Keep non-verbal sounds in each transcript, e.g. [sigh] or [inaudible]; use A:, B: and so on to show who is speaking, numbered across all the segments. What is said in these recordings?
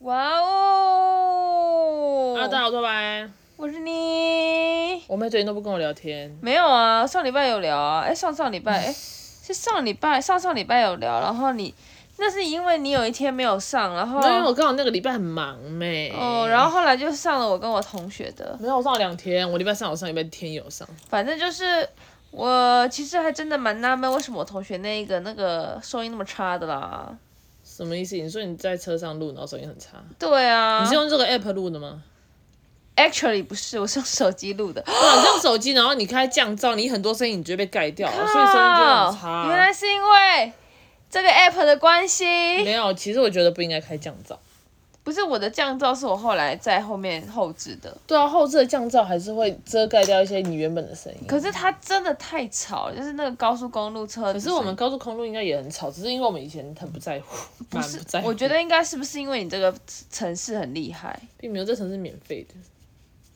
A: 哇哦！
B: 啊，大家好，我是托白。
A: 我是你。
B: 我妹最近都不跟我聊天，
A: 没有啊，上礼拜有聊啊，哎，上上礼拜，哎，是上礼拜、上上礼拜有聊，然后你那是因为你有一天没有上，然后
B: 那因为我刚好那个礼拜很忙妹。
A: 哦，然后后来就上了我跟我同学的，
B: 没有我上了两天，我礼拜三有上，礼拜天有上。
A: 反正就是我其实还真的蛮纳闷，为什么我同学那个那个收音那么差的啦？
B: 什么意思？你说你在车上录，然后声音很差？
A: 对啊
B: 你是用这个 app 录的吗？
A: ，actually 不是，我是用手机录的。
B: 对啊，你用手机，然后你开降噪，你很多声音你就会被盖掉，哦所以声音就很
A: 哦
B: 差。
A: 原来是因为这个 app 的关系。
B: 没有，其实我觉得不应该开降噪。
A: 不是我的降噪是我后来在后面后置的，
B: 对啊，后置的降噪还是会遮盖掉一些你原本的声音。
A: 可是它真的太吵了，就是那个高速公路车的声音。可
B: 可是我们高速公路应该也很吵，只是因为我们以前很不在乎，不
A: 是
B: 不在，乎。
A: 我觉得应该是不是因为你这个城市很厉害？
B: 并没有，这层是免费的。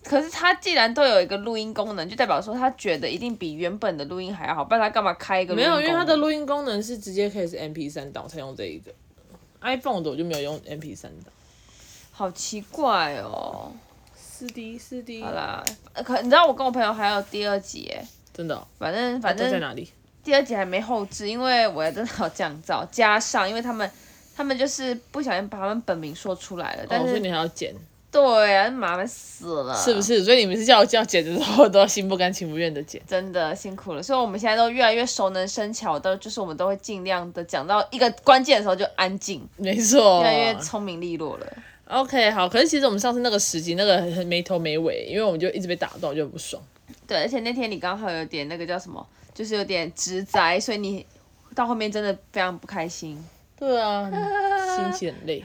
A: 可是它既然都有一个录音功能，就代表说他觉得一定比原本的录音还要好，不然他干嘛开一个录
B: 没
A: 音
B: 有，因为它
A: 功
B: 的
A: 能
B: 录音功能是直接可以是 MP 三档，我才用这一个。iPhone 的我就没有用 MP 三档。
A: 好奇怪哦。
B: 是的，是的。
A: 好啦，呃可你知道我跟我朋友还有第二集耶，
B: 真的哦、
A: 反正反
B: 这在
A: 正
B: 哪里？哦
A: 第二集还没后置，因为我真的有降噪，加上因为他们他们就是不小心把他们本名说出来了，但
B: 哦，
A: 是、
B: 所以你还要剪，
A: 对啊，麻烦死了，
B: 是不？是？所以你们是叫我叫剪的时候都要心不甘情不愿的剪。
A: 真的辛苦了，所以我们现在都越来越熟能生巧的，就是我们都会尽量的讲到一个关键的时候就安静，
B: 没错。
A: 越来越聪明利落了。
B: OK，好。可是其实我们上次那个十集那个很没头没尾，因为我们就一直被打断，我就很不爽。
A: 对，而且那天你刚好有点那个叫什么，就是有点直灾，所以你到后面真的非常不开心。
B: 对啊，心情很 [laughs] 累。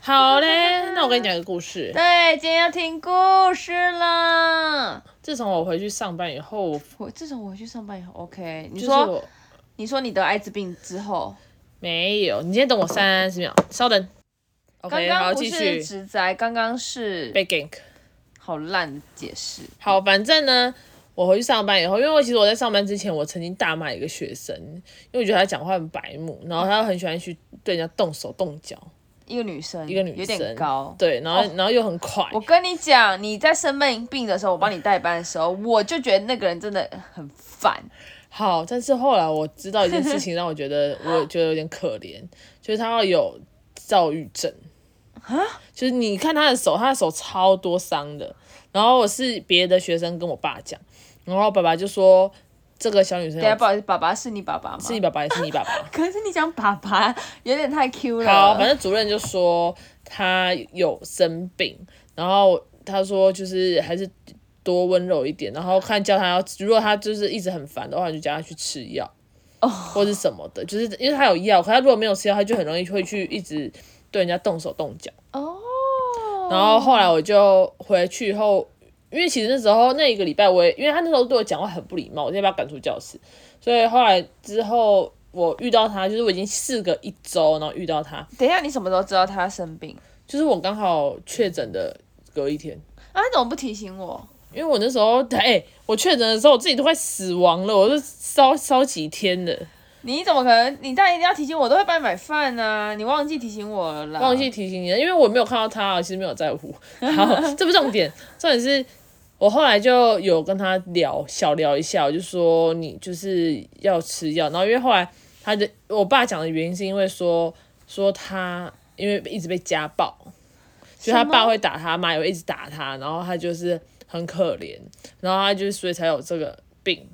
B: 好嘞，那我跟你讲一个故事。
A: 对，今天要听故事啦。
B: 自从我回去上班以后，我
A: 我自从我去上班以后，OK，你
B: 就是
A: 说、
B: 我
A: 你说你得艾滋病之后，
B: 没有，你先等我三十秒，稍等。
A: 哦刚
B: OK，好，
A: 刚不
B: 继
A: 是
B: 续
A: 直灾，刚刚是
B: 被 gank。
A: 好烂的解释。
B: 好，反正呢，我回去上班以后，因为我其实我在上班之前，我曾经大骂一个学生，因为我觉得他讲话很白目，然后他很喜欢去对人家动手动脚，
A: 一个女生，
B: 一个女生
A: 有点高。
B: 对，然后、
A: 哦
B: 然后又很快。
A: 我跟你讲，你在生病病的时候，我帮你代班的时候，我就觉得那个人真的很
B: [laughs]
A: 烦。
B: 好，但是后来我知道一
A: [laughs]
B: 件事情，让我觉得我觉得有点可怜，就是他有躁郁症就是你看他的手，他的手超多伤的。然后我是别的学生跟我爸讲，然后爸爸就说这个小女生
A: 等一
B: 有
A: 下，不好意思，爸爸是你爸爸吗？
B: 是你爸爸也是你爸爸。
A: 可是你讲爸爸有点太 Q 了。
B: [laughs] 好，反正主任就说他有生病，然后他说就是还是多温柔一点，然后看叫他要，如果他就是一直很烦的话，你就叫他去吃药，或是什么的，就是因为他有药，可他如果没有吃药，他就很容易会去一直对人家动手动脚。
A: 哦。
B: 然后后来我就回去以后，因为其实那时候那一个礼拜，我也因为他那时候对我讲话很不礼貌，我就把他赶出教室。所以后来之后，我遇到他，就是我已经事隔一周，然后遇到他，
A: 等一下，你什么时候知道他生病？
B: 就是我刚好确诊的隔一天，
A: 啊，你怎么不提醒我？
B: 因为我那时候哎、我确诊的时候我自己都快死亡了，我就烧烧几天了，
A: 你怎么可能？你当然一定要提醒我，我都会帮你买饭啊！你忘记提醒我了啦。
B: 忘记提醒你了，因为我没有看到他，啊我其实没有在乎。 [laughs] 然后这不是重点，重点是我后来就有跟他聊小聊一下，我就说你就是要吃药，然后因为后来他的我爸讲的原因是因为说说他因为一直被家暴，就他
A: 什么
B: 爸会打他，妈也会一直打他，然后他就是很可怜，然后他就是所以才有这个病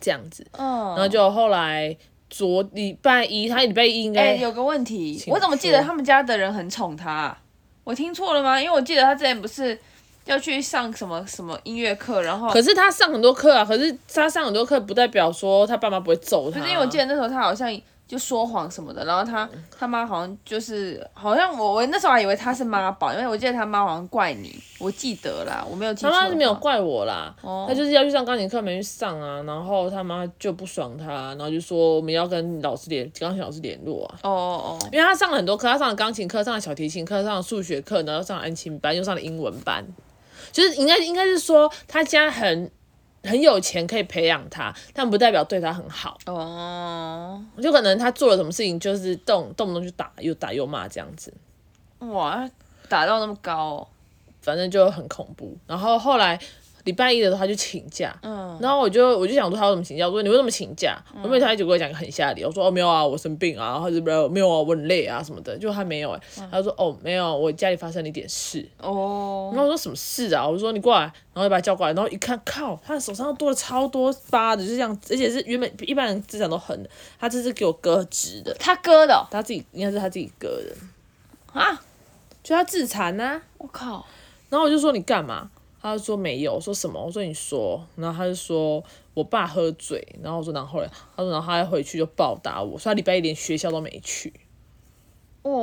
B: 这样子，
A: 嗯，
B: 然后就后来昨礼拜一，他礼拜一应
A: 哎、
B: 该
A: 有个问题，
B: 请
A: 我怎么记得
B: 说
A: 他们家的人很宠他啊、我听错了吗？因为我记得他之前不是要去上什么什么音乐课，然后
B: 可是他上很多课啊，可是他上很多课不代表说他爸妈不会揍他、
A: 可
B: 啊。
A: 是因为我记得那时候他好像就说谎什么的，然后他他妈好像就是好像我我那时候还以为他是妈宝，因为我记得他妈好像怪你，我记得啦，我没有记错
B: 他
A: 的话。
B: 妈是没有怪我啦，
A: 哦
B: 他就是要去上钢琴课没去上啊，然后他妈就不爽他，然后就说我们要跟老师联钢琴老师联络啊。
A: 哦哦哦，
B: 因为他上了很多课，他上了钢琴课，上了小提琴课，上了数学课，然后上了安亲班，又上了英文班，就是应该应该是说他家很很有钱，可以培养他，但不代表对他很好。
A: 哦，
B: 就可能他做了什么事情，就是动动不动就打，又打又骂这样子。
A: 哦哇，打到那么高哦，
B: 反正就很恐怖。然后后来礼拜一的时候他就请假，
A: 嗯，
B: 然后我就我就想说他有什么请假，我说你为什么请假？我妹她一直给我讲一个很瞎的理由，我说哦没有啊，我生病啊，或者不是没有啊，我很累啊什么的，就他没有哎、他说哦没有，我家里发生了一点事。然
A: 哦，
B: 后我说什么事啊？我说你过来，然后就把他叫过来，然后一看，靠，他的手上多了超多疤的，就是这样，而且是原本一般人指甲都横的，他这是给我割直的，
A: 他割的哦
B: 他自己应该是他自己割的，
A: 啊！
B: 就他自残呐、啊。
A: 我靠，
B: 然后我就说你干嘛？他就说没有，我说什么？我说你说，然后他就说我爸喝醉，然后我说然后嘞，他说然后他回去就暴打我，所以他礼拜一连学校都没去。
A: 哇，
B: 然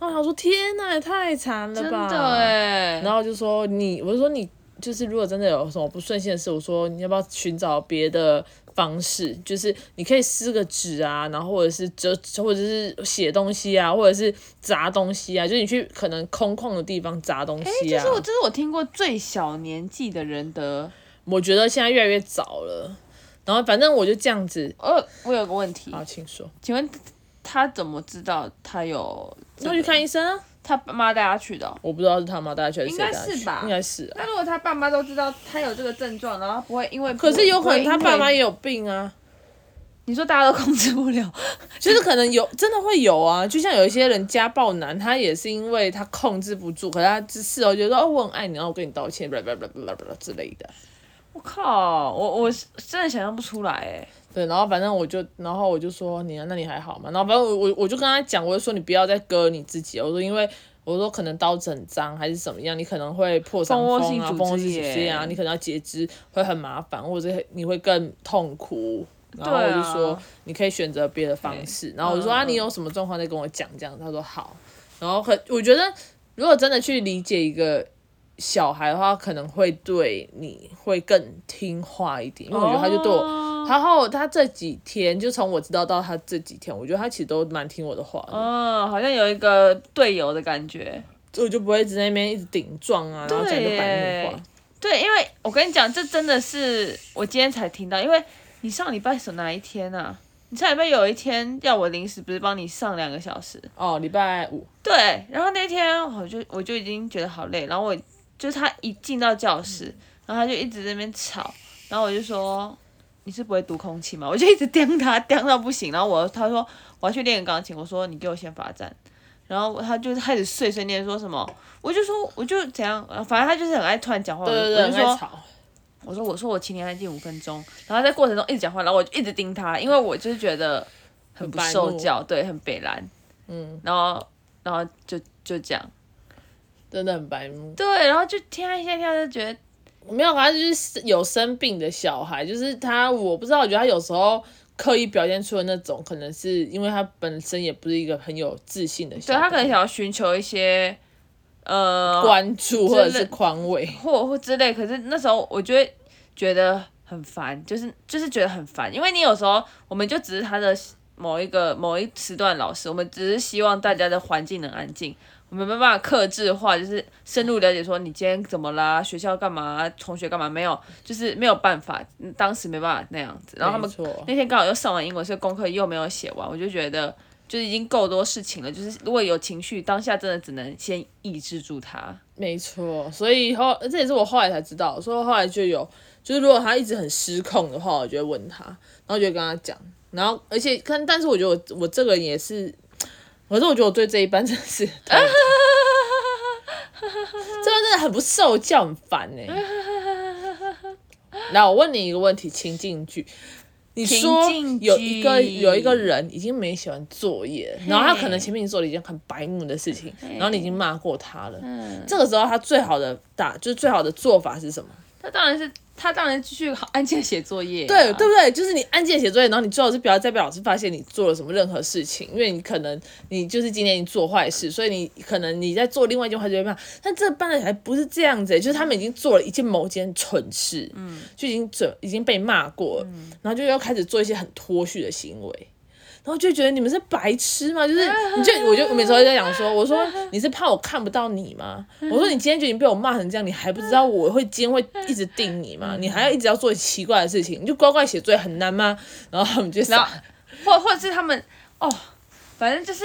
B: 后我想说天呐，也太惨了
A: 哦真
B: 吧！
A: 的哎，
B: 然后就说你，我就说你就是如果真的有什么不顺心的事，我说你要不要寻找别的方式，就是你可以撕个纸啊，然后或者是折，或者是写东西啊，或者是砸东西啊，就是你去可能空旷的地方砸东
A: 哎，
B: 西
A: 这
B: 啊。
A: 是我这是我听过最小年纪的人得。
B: 我觉得现在越来越早了，然后反正我就这样子。
A: 呃，我有个问题，
B: 好，请说。
A: 请问他怎么知道他有这
B: 那
A: 个？
B: 去看医生啊！
A: 他爸妈带他去的哦、
B: 我不知道是他妈带他去还是谁带他去
A: 应该是吧
B: 应该是啊。
A: 那如果他爸妈都知道他有这个症状，然后他不会因为
B: 可是有可能他爸，
A: 不会
B: 妈
A: 因为
B: 也有病啊，
A: 你说大家都控制不了，
B: 就是可能有真的会有啊。就像有一些人家暴男，他也是因为他控制不住，可是他事后就说哦我很爱你，然后我跟你道歉，巴拉巴拉巴拉巴拉之类的。
A: 我靠，我我是真的想象不出来哎。
B: 对，然后反正我就，然后我就说你啊，那你还好吗？然后反正我我我就跟他讲，我就说你不要再割你自己了，我说因为我说可能刀子很脏还是怎么样，你可能会破伤
A: 蜂窝
B: 风
A: 性
B: 啊，
A: 组
B: 蜂窝
A: 织
B: 性组织
A: 炎
B: 啊，你可能要截肢会很麻烦，或者是你会更痛苦。然后我
A: 对
B: 就
A: 啊
B: 说你可以选择别的方式，然后我就说
A: 嗯
B: 啊你有什么状况再跟我讲这样，他说好。然后可我觉得如果真的去理解一个小孩的话，可能会对你会更听话一点，因为我觉得他就对我。
A: 哦
B: 然后他这几天，就从我知道到他这几天，我觉得他其实都蛮听我的话的，
A: 嗯，好像有一个队友的感觉。
B: 我就不会一直在那边一直顶撞啊，然后讲一个白目
A: 对
B: 话
A: 耶。对，因为我跟你讲，这真的是我今天才听到，因为你上礼拜是哪一天啊？你上礼拜有一天要我临时不是帮你上两个小时，
B: 哦，礼拜五，
A: 对，然后那天我就我就已经觉得好累，然后我就是他一进到教室，
B: 嗯
A: 然后他就一直在那边吵，然后我就说你是不会读空气吗？我就一直盯他盯到不行，然后我他说我要去练钢琴，我说你给我先罚站，然后他就开始碎碎念说什么，我就说我就怎样，反正他就是很爱突然讲话，
B: 对对
A: 我就我就
B: 对，很爱
A: 说
B: 吵。
A: 我说我说我请你安静五分钟，然后在过程中一直讲话，然后我就一直盯他，因为我就是觉得很不
B: 白
A: 受
B: 目
A: 教，对，很北蓝，
B: 嗯，
A: 然后然后就就这样。
B: 真的很白目。
A: 对，然后就听他一下，听他就觉得
B: 没有，他就是有生病的小孩，就是他，我不知道，我觉得他有时候刻意表现出的那种，可能是因为他本身也不是一个很有自信的小
A: 对
B: 孩，
A: 他可能想要寻求一些呃
B: 关注或者
A: 之
B: 是
A: 类
B: 宽慰。
A: 或或之类，可是那时候我就会觉得很烦，就是就是觉得很烦，因为你有时候我们就只是他的某一个某一时段老师，我们只是希望大家的环境能安静。我们没办法克制化，就是深入了解说你今天怎么啦，学校干嘛，同学干嘛，没有，就是没有办法，嗯当时没办法那样子。然后他们
B: 没错
A: 那天刚好又上完英文，所以功课又没有写完，我就觉得就是已经够多事情了。就是如果有情绪，当下真的只能先抑制住它。
B: 没错，所以后这也是我后来才知道，所以我后来就有，就是如果他一直很失控的话，我就会问他，然后就跟他讲，然后而且看，但是我觉得我我这个人也是，可是我觉得我对这一班真的是，这班真的很不受教，很烦
A: [laughs]
B: 哎、来，我问你一个问题，情境剧。你
A: 情
B: 说
A: 境
B: 有一个
A: 剧
B: 有一个人已经没写完作业，然后他可能前面已经做了一件很白目的事情，然后你已经骂过他了，
A: 嗯，
B: 这个时候他最好的打就是最好的做法是什么？
A: 他当然是他当然继续好安静地写作业、啊
B: 对啊对，不对？就是你按键写作业，然后你最好是不要再被老师发现你做了什么任何事情，因为你可能你就是今天你做坏事，所以你可能你在做另外一件坏事就会骂。但这班的小孩不是这样子、就是他们已经做了一件某件蠢事，嗯，就已经准已经被骂过了，然后就又开始做一些很脱序的行为。然后就觉得你们是白痴吗？就是你 [laughs] 就我就我每次都在讲说，我说你是怕我看不到你吗？我说你今天就已经被我骂成这样，你还不知道我会今天会一直定你吗？你还要一直要做奇怪的事情，你就乖乖写作业很难吗？然后他们就
A: 然
B: 傻
A: 后，或或者是他们哦，反正就是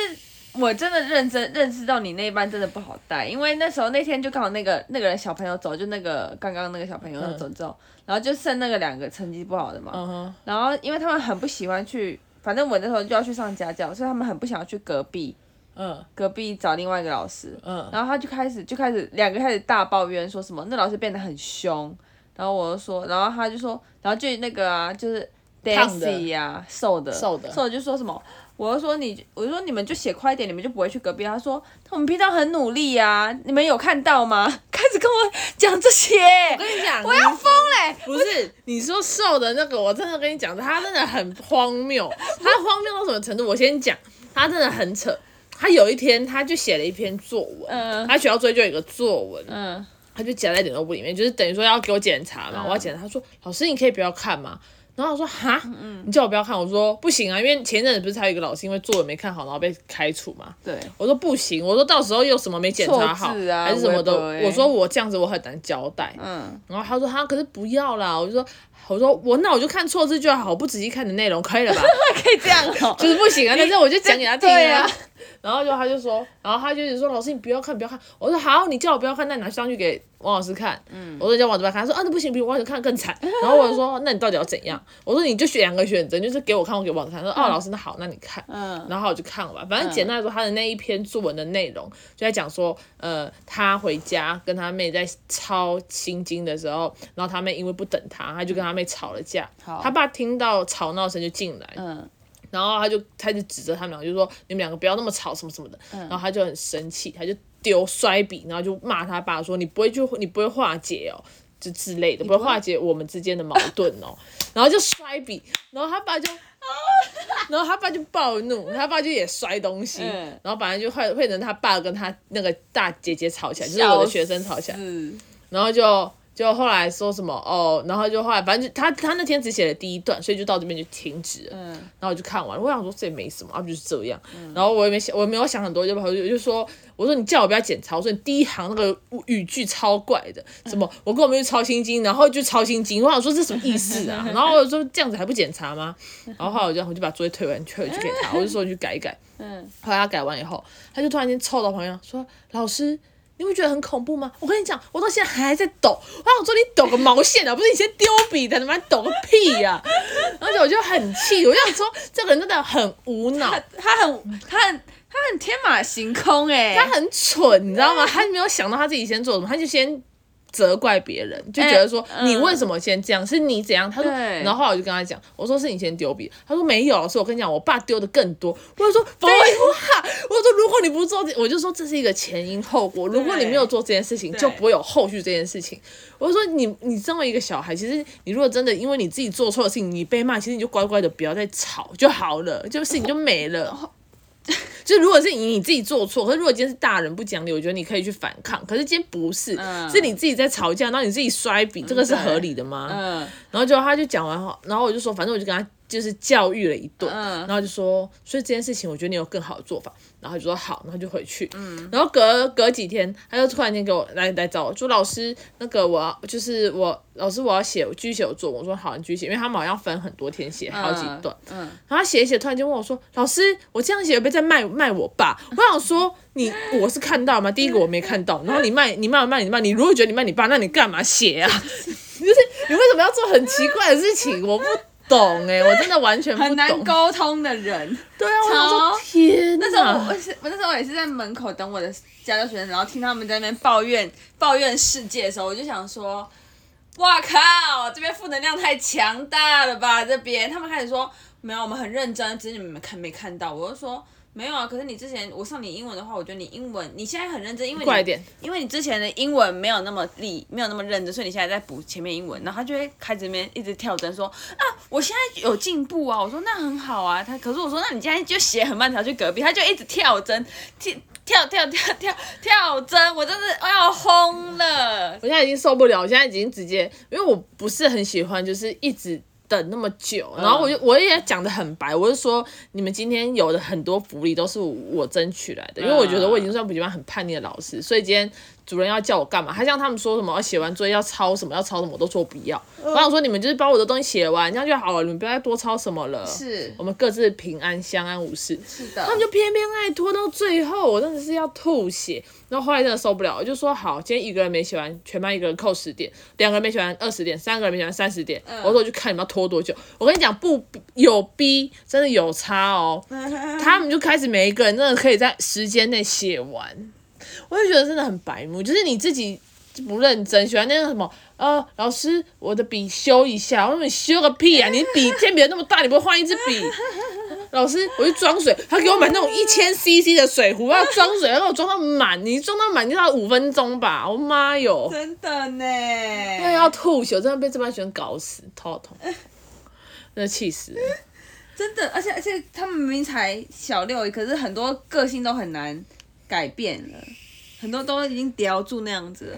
A: 我真的认真认识到你那一班真的不好带，因为那时候那天就刚好那个那个人小朋友走，就那个刚刚那个小朋友走之后，然后就剩那个两个成绩不好的嘛，
B: 嗯哼，
A: 然后因为他们很不喜欢去，反正我那时候就要去上家教，所以他们很不想要去隔壁
B: 嗯
A: 隔壁找另外一个老师，
B: 嗯，
A: 然后他就开始就开始两个开始大抱怨，说什么那老师变得很凶，然后我就说，然后他就说，然后就那个啊，就是
B: 胖的
A: Daisy 呀、瘦的
B: 瘦的
A: 瘦的就说什么，我就说你，我就说你们就写快一点，你们就不会去隔壁。他说我们平常很努力呀、你们有看到吗？ [laughs] 开始跟我讲这些，
B: 我跟你嗯讲，我要疯
A: 嘞！
B: 不是你说瘦的那个，我真的跟你讲，他真的很荒谬，他荒谬到什么程度？我先讲，他真的很扯。他有一天，他就写了一篇作文，
A: 嗯
B: 他学校作业就有一个作文，
A: 嗯，
B: 他就夹在点头簿里面，就是等于说要给我检查嘛，
A: 嗯
B: 我要检查。他说：“老师，你可以不要看吗？”然后我说：“哈，
A: 嗯
B: 你叫我不要看。”我说：“不行啊，因为前一阵子不是还有一个老师因为作文没看好，然后被开除嘛。”
A: 对，
B: 我说不行，我说到时候又什么没检查好，
A: 错字啊
B: 还是什么的，
A: 微博欸
B: 我说我这样子我很难交代。
A: 嗯
B: 然后他说他可是不要啦，我就说我说我那我就看错字就好，我不仔细看你的内容可以了吧？
A: 可以这样哦、
B: [laughs] 就是不行啊，但是我就讲给他听
A: 对
B: 啊
A: 啊。
B: 然后就他就说，然后他就一直说老师你不要看不要看，我说好，你叫我不要看，那你拿上去给王老师看。嗯，我说你叫王老师看，他说啊那不行，比王老师看得更
A: [laughs]
B: 惨。然后我就说那你到底要怎样？我说你就选两个选择，就是给我看，我给王老师看。他说哦老师那好，那你看。
A: 嗯
B: 然后我就看了吧，反正简单来说，他的那一篇作文的内容就在讲说，呃，他回家跟他妹在抄心经的时候，然后他妹因为不等他，他就跟他妹吵了架。
A: 好
B: 他爸听到吵闹声就进来，
A: 嗯
B: 然后他就开始指责他们两个，就说你们两个不要那么吵什么什么的。然后他就很生气，他就丢摔笔，然后就骂他爸说你不会去，你不会化解哦。就之类的，不会化解我们之间的矛盾哦，然后就摔笔，然后他爸就，然后他爸就暴怒，他爸就也摔东西，
A: 嗯
B: 然后反正就会变成他爸跟他那个大姐姐吵起来，就是我的
A: 笑
B: 学生吵起来，
A: 是
B: 然后就就后来说什么哦，然后就后来反正就他他那天只写了第一段，所以就到这边就停止了。
A: 嗯
B: 然后我就看完了，我想说这也没什么，啊不就是这样。然后我也没想，我也没有想很多，就跑去就说，我说你叫我不要检查，我说你第一行那个语句超怪的，什么我跟我们去抄心经，然后就抄心经，我想说这什么意思啊？然后我就说这样子还不检查吗？然后后来我就我就把作业退完退回去给他，我就说你去改一改。
A: 嗯，
B: 后来他改完以后，他就突然间凑到旁边说：“老师，你不觉得很恐怖吗？我跟你讲，我到现在还在抖。”我想说你抖个毛线啊！不是你先丢笔的，你妈抖个屁呀、而且我就很气，我就想说这个人真的很无脑，
A: 他很他很他很天马行空哎、
B: 他很蠢，你知道
A: 嗯
B: 吗？他没有想到他自己先做什么，他就先。责怪别人，就觉得说、
A: 哎嗯
B: 你为什么先这样？是你怎样？他说，
A: 对
B: 然后后来我就跟他讲，我说是你先丢笔，他说没有，老师，我跟你讲，我爸丢的更多。我就说废话，我说如果你不做这，我就说这是一个前因后果，如果你没有做这件事情，
A: 对
B: 就不会有后续这件事情。我就说你你身为一个小孩，其实你如果真的因为你自己做错的事情，你被骂，其实你就乖乖的不要再吵就好了，就事情就没了。就如果是你你自己做错，可是如果今天是大人不讲理，我觉得你可以去反抗。可是今天不是，
A: 嗯
B: 是你自己在吵架，然后你自己摔笔，这个是
A: 对
B: 合理的吗？
A: 嗯
B: 然后就他就讲完后，然后我就说，反正我就跟他就是教育了一顿，
A: 嗯
B: 然后就说，所以这件事情我觉得你有更好的做法，然后他就说好，然后就回去，
A: 嗯
B: 然后隔隔几天，他就突然间给我来来找我，说老师，那个我要就是我老师我要写我继续写我作文，我说好，你继续写，因为他们好像分很多天写好几段，
A: 嗯
B: 然后他写一写，突然间问我说：“老师，我这样写会不会在卖卖我爸？”我想说，你我是看到吗？第一个我没看到，然后你卖你卖我卖你卖，你如果觉得你卖你爸，那你干嘛写啊？ [laughs] 就是你为什么要做很奇怪的事情？我不懂哎、我真的完全不懂。
A: 很难沟通的 [laughs] 人。
B: 对啊，我想说
A: 超
B: 天哪，
A: 那时候我我是我那时候也是在门口等我的家教学生，然后听他们在那边抱怨抱怨世界的时候，我就想说，哇靠，这边负能量太强大了吧？这边他们开始说没有，我们很认真，只是你们看没看到。我就说没有啊，可是你之前我上你英文的话，我觉得你英文你现在很认真，因为你
B: 快一点，
A: 因为你之前的英文没有那么力，没有那么认真，所以你现在在补前面英文，然后他就会开始那边一直跳针说啊，我现在有进步啊，我说那很好啊，他可是我说那你现在就写很慢才去隔壁，他就一直跳针，跳跳跳跳跳跳针，我真是我要轰了，
B: 我现在已经受不了，我现在已经直接，因为我不是很喜欢，就是一直等那么久，然后我就我也讲的很白，我就说你们今天有的很多福利都是我争取来的，因为我觉得我已经算补习班很叛逆的老师，所以今天主任要叫我干嘛，他像他们说什么要哦写完作业要抄什么要抄什么，我都说不要。我想说你们就是把我的东西写完，这样就好了，你们不要再多抄什么了。
A: 是
B: 我们各自平安相安无事。
A: 是的
B: 他
A: [laughs]
B: 们就偏偏爱拖到最后，我真的是要吐血。然后后来真的受不了，我就说好，今天一个人没写完，全班一个人扣十点，两个人没写完二十点，三个人没写完三十点。我说我就看你们要拖多久。我跟你讲，不有逼真的有差哦。他们就开始每一个人真的可以在时间内写完，我就觉得真的很白目，就是你自己不认真，喜欢那个什么。呃，老师，我的笔修一下。我说你修个屁啊！你笔铅笔那么大，你不会换一支笔？ [laughs] 老师，我去装水，他给我买那种一千 CC 的水壶，要装水，要给我装到满。你装到满就要五分钟吧，我哦妈哟，
A: 真的呢，
B: 又要吐血，我真的被这班学生搞死，头痛，真的气死了。
A: 真的，而且而且他们明明才小六，可是很多个性都很难改变了，很多都已经叼住那样子了。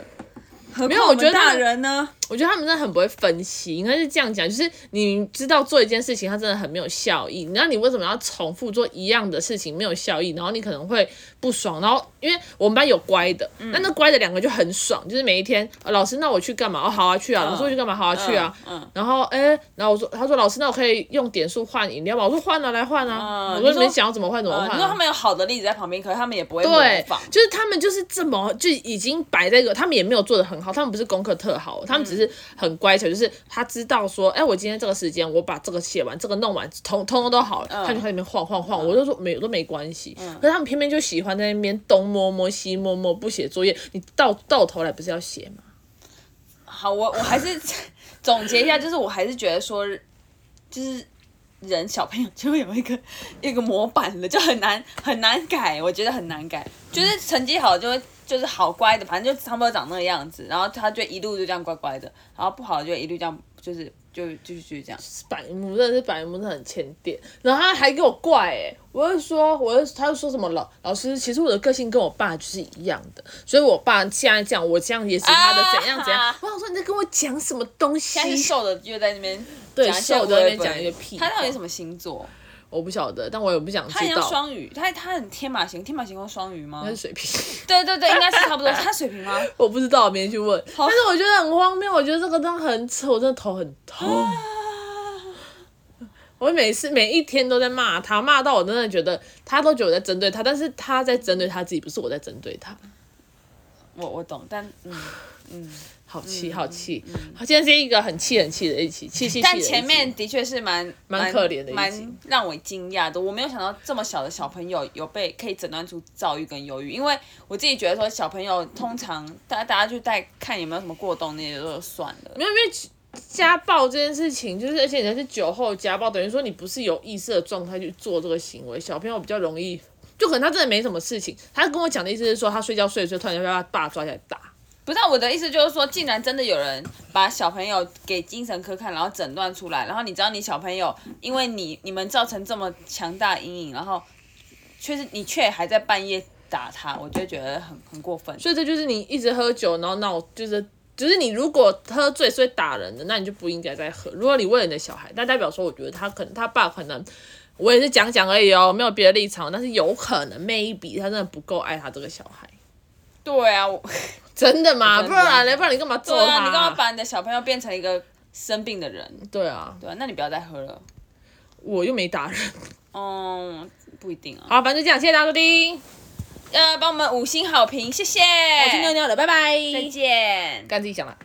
A: 何
B: 没有
A: 况我
B: 我觉得
A: 们大
B: 他们
A: 人呢，
B: 我觉得他们真的很不会分析，应该是这样讲，就是你知道做一件事情它真的很没有效益，那你为什么要重复做一样的事情没有效益？然后你可能会不爽，然后因为我们班有乖的，
A: 嗯
B: 那那乖的两个就很爽，就是每一天、呃老师那我去干嘛？哦好啊去啊，老师我去干嘛？好啊去啊，
A: 嗯嗯
B: 然后哎、然后我说他说老师那我可以用点数换饮料吗？我说换啊来换
A: 嗯
B: 啊，我说
A: 你
B: 你
A: 说
B: 们想要怎么换怎么
A: 呃
B: 换、啊。
A: 你说他们有好的例子在旁边，可是他们也不会模
B: 对
A: 仿，。
B: 就是他们就是这么就已经摆在一个，他们也没有做的很好，他们不是功课特好，他们只是很乖巧，就是他知道说，哎、我今天这个时间我把这个写完，这个弄完，
A: 嗯
B: 通通通都好了，他就在那边晃晃晃，我就说没我都没关系，
A: 嗯
B: 可是他们偏偏就喜欢在那边东摸摸西摸摸，不写作业，你到到头来不是要写吗？
A: 好，我我还是 [laughs] 总结一下，就是我还是觉得说，就是人小朋友就会有一个一个模板了，就很难很难改，我觉得很难改。就是成绩好就会就是好乖的，反正就差不多长那个样子，然后他就一路就这样乖乖的，然后不好就一路这样就是就就就这样。
B: 百慕真的是百慕，真的很欠电。然后他还给我怪哎、我就说，我就他就说什么老老师，其实我的个性跟我爸就是一样的，所以我爸现在这样，我这样也是他的怎样怎样。
A: 啊
B: 我想说你在跟我讲什么东西
A: 现？在是瘦的就在那边
B: 对
A: 讲一些
B: 瘦的在那边
A: 微博
B: 讲一个屁
A: 他到底
B: 话
A: 什么星座？
B: 我不晓得，但我也不想
A: 他很
B: 知
A: 像
B: 道。
A: 双鱼，他他很天马行，天马行空双鱼吗
B: 他是？水瓶，
A: 对对对，应该是差不
B: [laughs]
A: 多。他水瓶吗？
B: 我不知道，明天去 [laughs] 问。但是我觉得很荒谬，我觉得这个真的很丑，我真的头很痛。我每次每一天都在骂他，骂到我真的觉得他都觉得我在针对他，但是他在针对他自己，不是我在针对他。
A: 我我懂，但嗯嗯。
B: 好气，好气！好，今天是一个很气、很气的一期，气气气。
A: 但前面的确是蛮
B: 蛮可怜的一集
A: 蛮让我惊讶的。我没有想到这么小的小朋友有被可以诊断出躁郁跟忧郁，因为我自己觉得说小朋友通常大家大家就带看有没有什么过动那些就算了。
B: 没有，因为家暴这件事情，就是而且人家是酒后家暴，等于说你不是有意识的状态去做这个行为，小朋友比较容易，就可能他真的没什么事情。他跟我讲的意思是说，他睡觉睡一睡，突然就被他爸抓起来打。
A: 不是啊、我的意思就是说，竟然真的有人把小朋友给精神科看，然后诊断出来，然后你知道你小朋友因为你你们造成这么强大的阴影，然后却是你却还在半夜打他，我就觉得很很过分。
B: 所以这就是你一直喝酒，然后闹，就是就是你如果喝醉是会打人的，那你就不应该再喝。如果你为了你的小孩，那代表说，我觉得他可能他爸可能。我也是讲讲而已哦，没有别的立场，但是有可能 maybe 他真的不够爱他这个小孩，
A: 对啊，我。
B: 真的吗？
A: 真的
B: 不然嘞，不然你干嘛揍
A: 对
B: 他？
A: 啊，你干嘛把你的小朋友变成一个生病的人？
B: 对啊，
A: 对啊，那你不要再喝了。
B: 我又没打人。
A: 嗯，不一定啊。呃
B: 好，反正就这样，谢谢大家收听，
A: 要帮我们五星好评，谢谢。
B: 哎我去尿尿了，拜拜。
A: 再见。
B: 干自己讲了。